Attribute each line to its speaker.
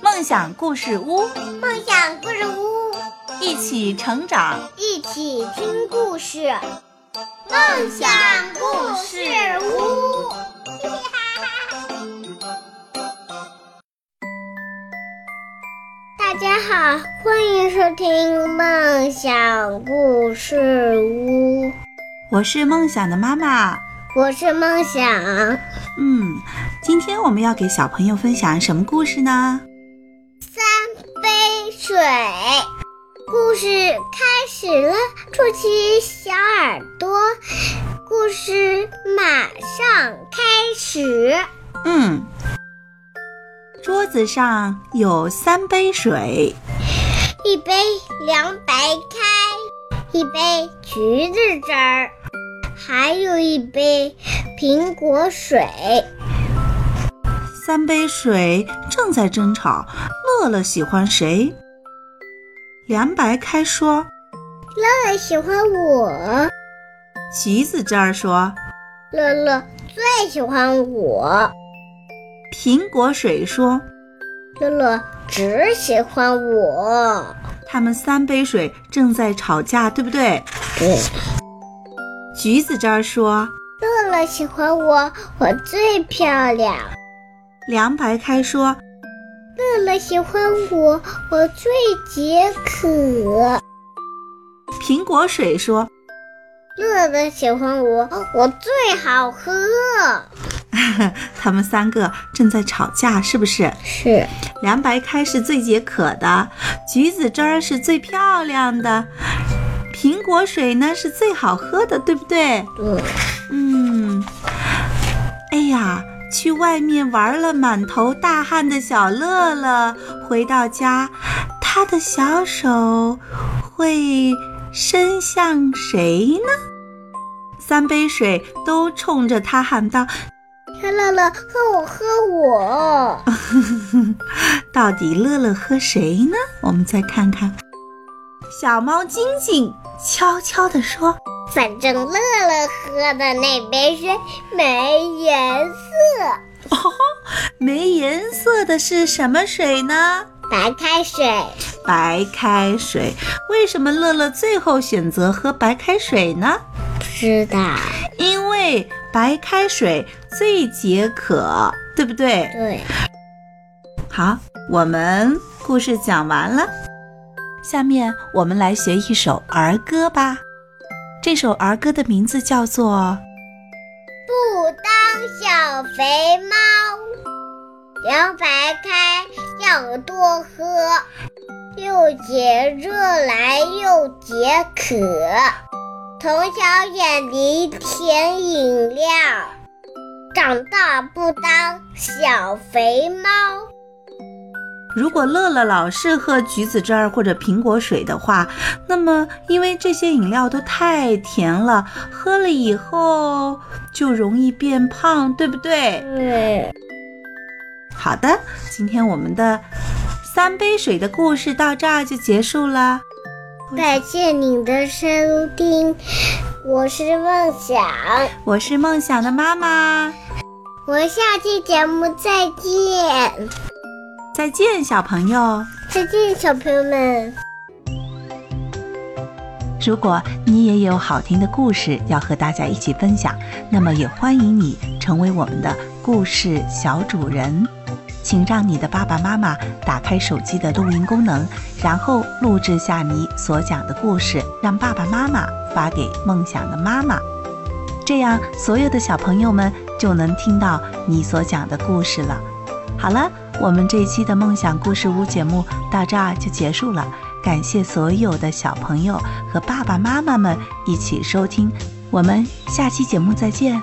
Speaker 1: 梦想故事屋，
Speaker 2: 梦想故事屋，
Speaker 1: 一起成长，
Speaker 2: 一起听故事。梦想故事屋， 大家好，欢迎收听梦想故事屋，
Speaker 1: 我是梦想的妈妈。
Speaker 2: 我是梦想。
Speaker 1: 嗯，今天我们要给小朋友分享什么故事呢？
Speaker 2: 杯水。故事开始了，竖起小耳朵，故事马上开始。
Speaker 1: 嗯，桌子上有三杯水，
Speaker 2: 一杯凉白开，一杯橘子汁儿，还有一杯苹果水。
Speaker 1: 三杯水正在争吵，乐乐喜欢谁？凉白开说，
Speaker 2: 乐乐喜欢我，
Speaker 1: 橘子汁儿说，
Speaker 2: 乐乐最喜欢我，
Speaker 1: 苹果水说。
Speaker 2: 乐乐只喜欢我。
Speaker 1: 他们三杯水正在吵架，对不对？
Speaker 2: 对。
Speaker 1: 橘子汁儿说，
Speaker 2: 乐乐喜欢我，我最漂亮。
Speaker 1: 凉白开说，
Speaker 2: 乐乐喜欢我，我最解渴。
Speaker 1: 苹果水说。
Speaker 2: 乐乐喜欢我，我最好喝。
Speaker 1: 他们三个正在吵架，是不是？
Speaker 2: 是
Speaker 1: 凉白开是最解渴的，橘子汁儿是最漂亮的，苹果水呢是最好喝的，对不对？
Speaker 2: 对，
Speaker 1: 嗯，哎呀，去外面玩了满头大汗的小乐乐，回到家，他的小手会伸向谁呢？三杯水都冲着他喊道：“
Speaker 2: 看乐乐和我喝我，
Speaker 1: 到底乐乐和谁呢？我们再看看。小猫晶晶悄悄地说
Speaker 2: 反正乐乐喝的那杯水没颜色，：“
Speaker 1: 没颜色的是什么水呢？
Speaker 2: 白开水。
Speaker 1: 白开水。为什么乐乐最后选择喝白开水呢？
Speaker 2: 不知道，
Speaker 1: 因为白开水最解渴，对不对？
Speaker 2: 对，
Speaker 1: 好，我们故事讲完了，下面我们来学一首儿歌吧。这首儿歌的名字叫做……
Speaker 2: 不当小肥猫，凉白开要多喝，又解热来又解渴。从小远离甜饮料，长大不当小肥猫。
Speaker 1: 如果乐乐老是喝橘子汁儿或者苹果水的话，那么因为这些饮料都太甜了，喝了以后就容易变胖，对不对？
Speaker 2: 嗯，
Speaker 1: 好的，今天我们的三杯水的故事到这儿就结束了。
Speaker 2: 感谢你的收听，我是梦想，
Speaker 1: 我是梦想的妈妈，
Speaker 2: 我们下期节目再见，
Speaker 1: 再见，小朋友。
Speaker 2: 再见，小朋友们。
Speaker 1: 如果你也有好听的故事要和大家一起分享，那么也欢迎你成为我们的故事小主人。请让你的爸爸妈妈打开手机的录音功能，然后录制下你所讲的故事，让爸爸妈妈发给梦想的妈妈。这样，所有的小朋友们就能听到你所讲的故事了。好了，我们这一期的梦想故事屋节目到这儿就结束了。感谢所有的小朋友和爸爸妈妈们一起收听，我们下期节目再见，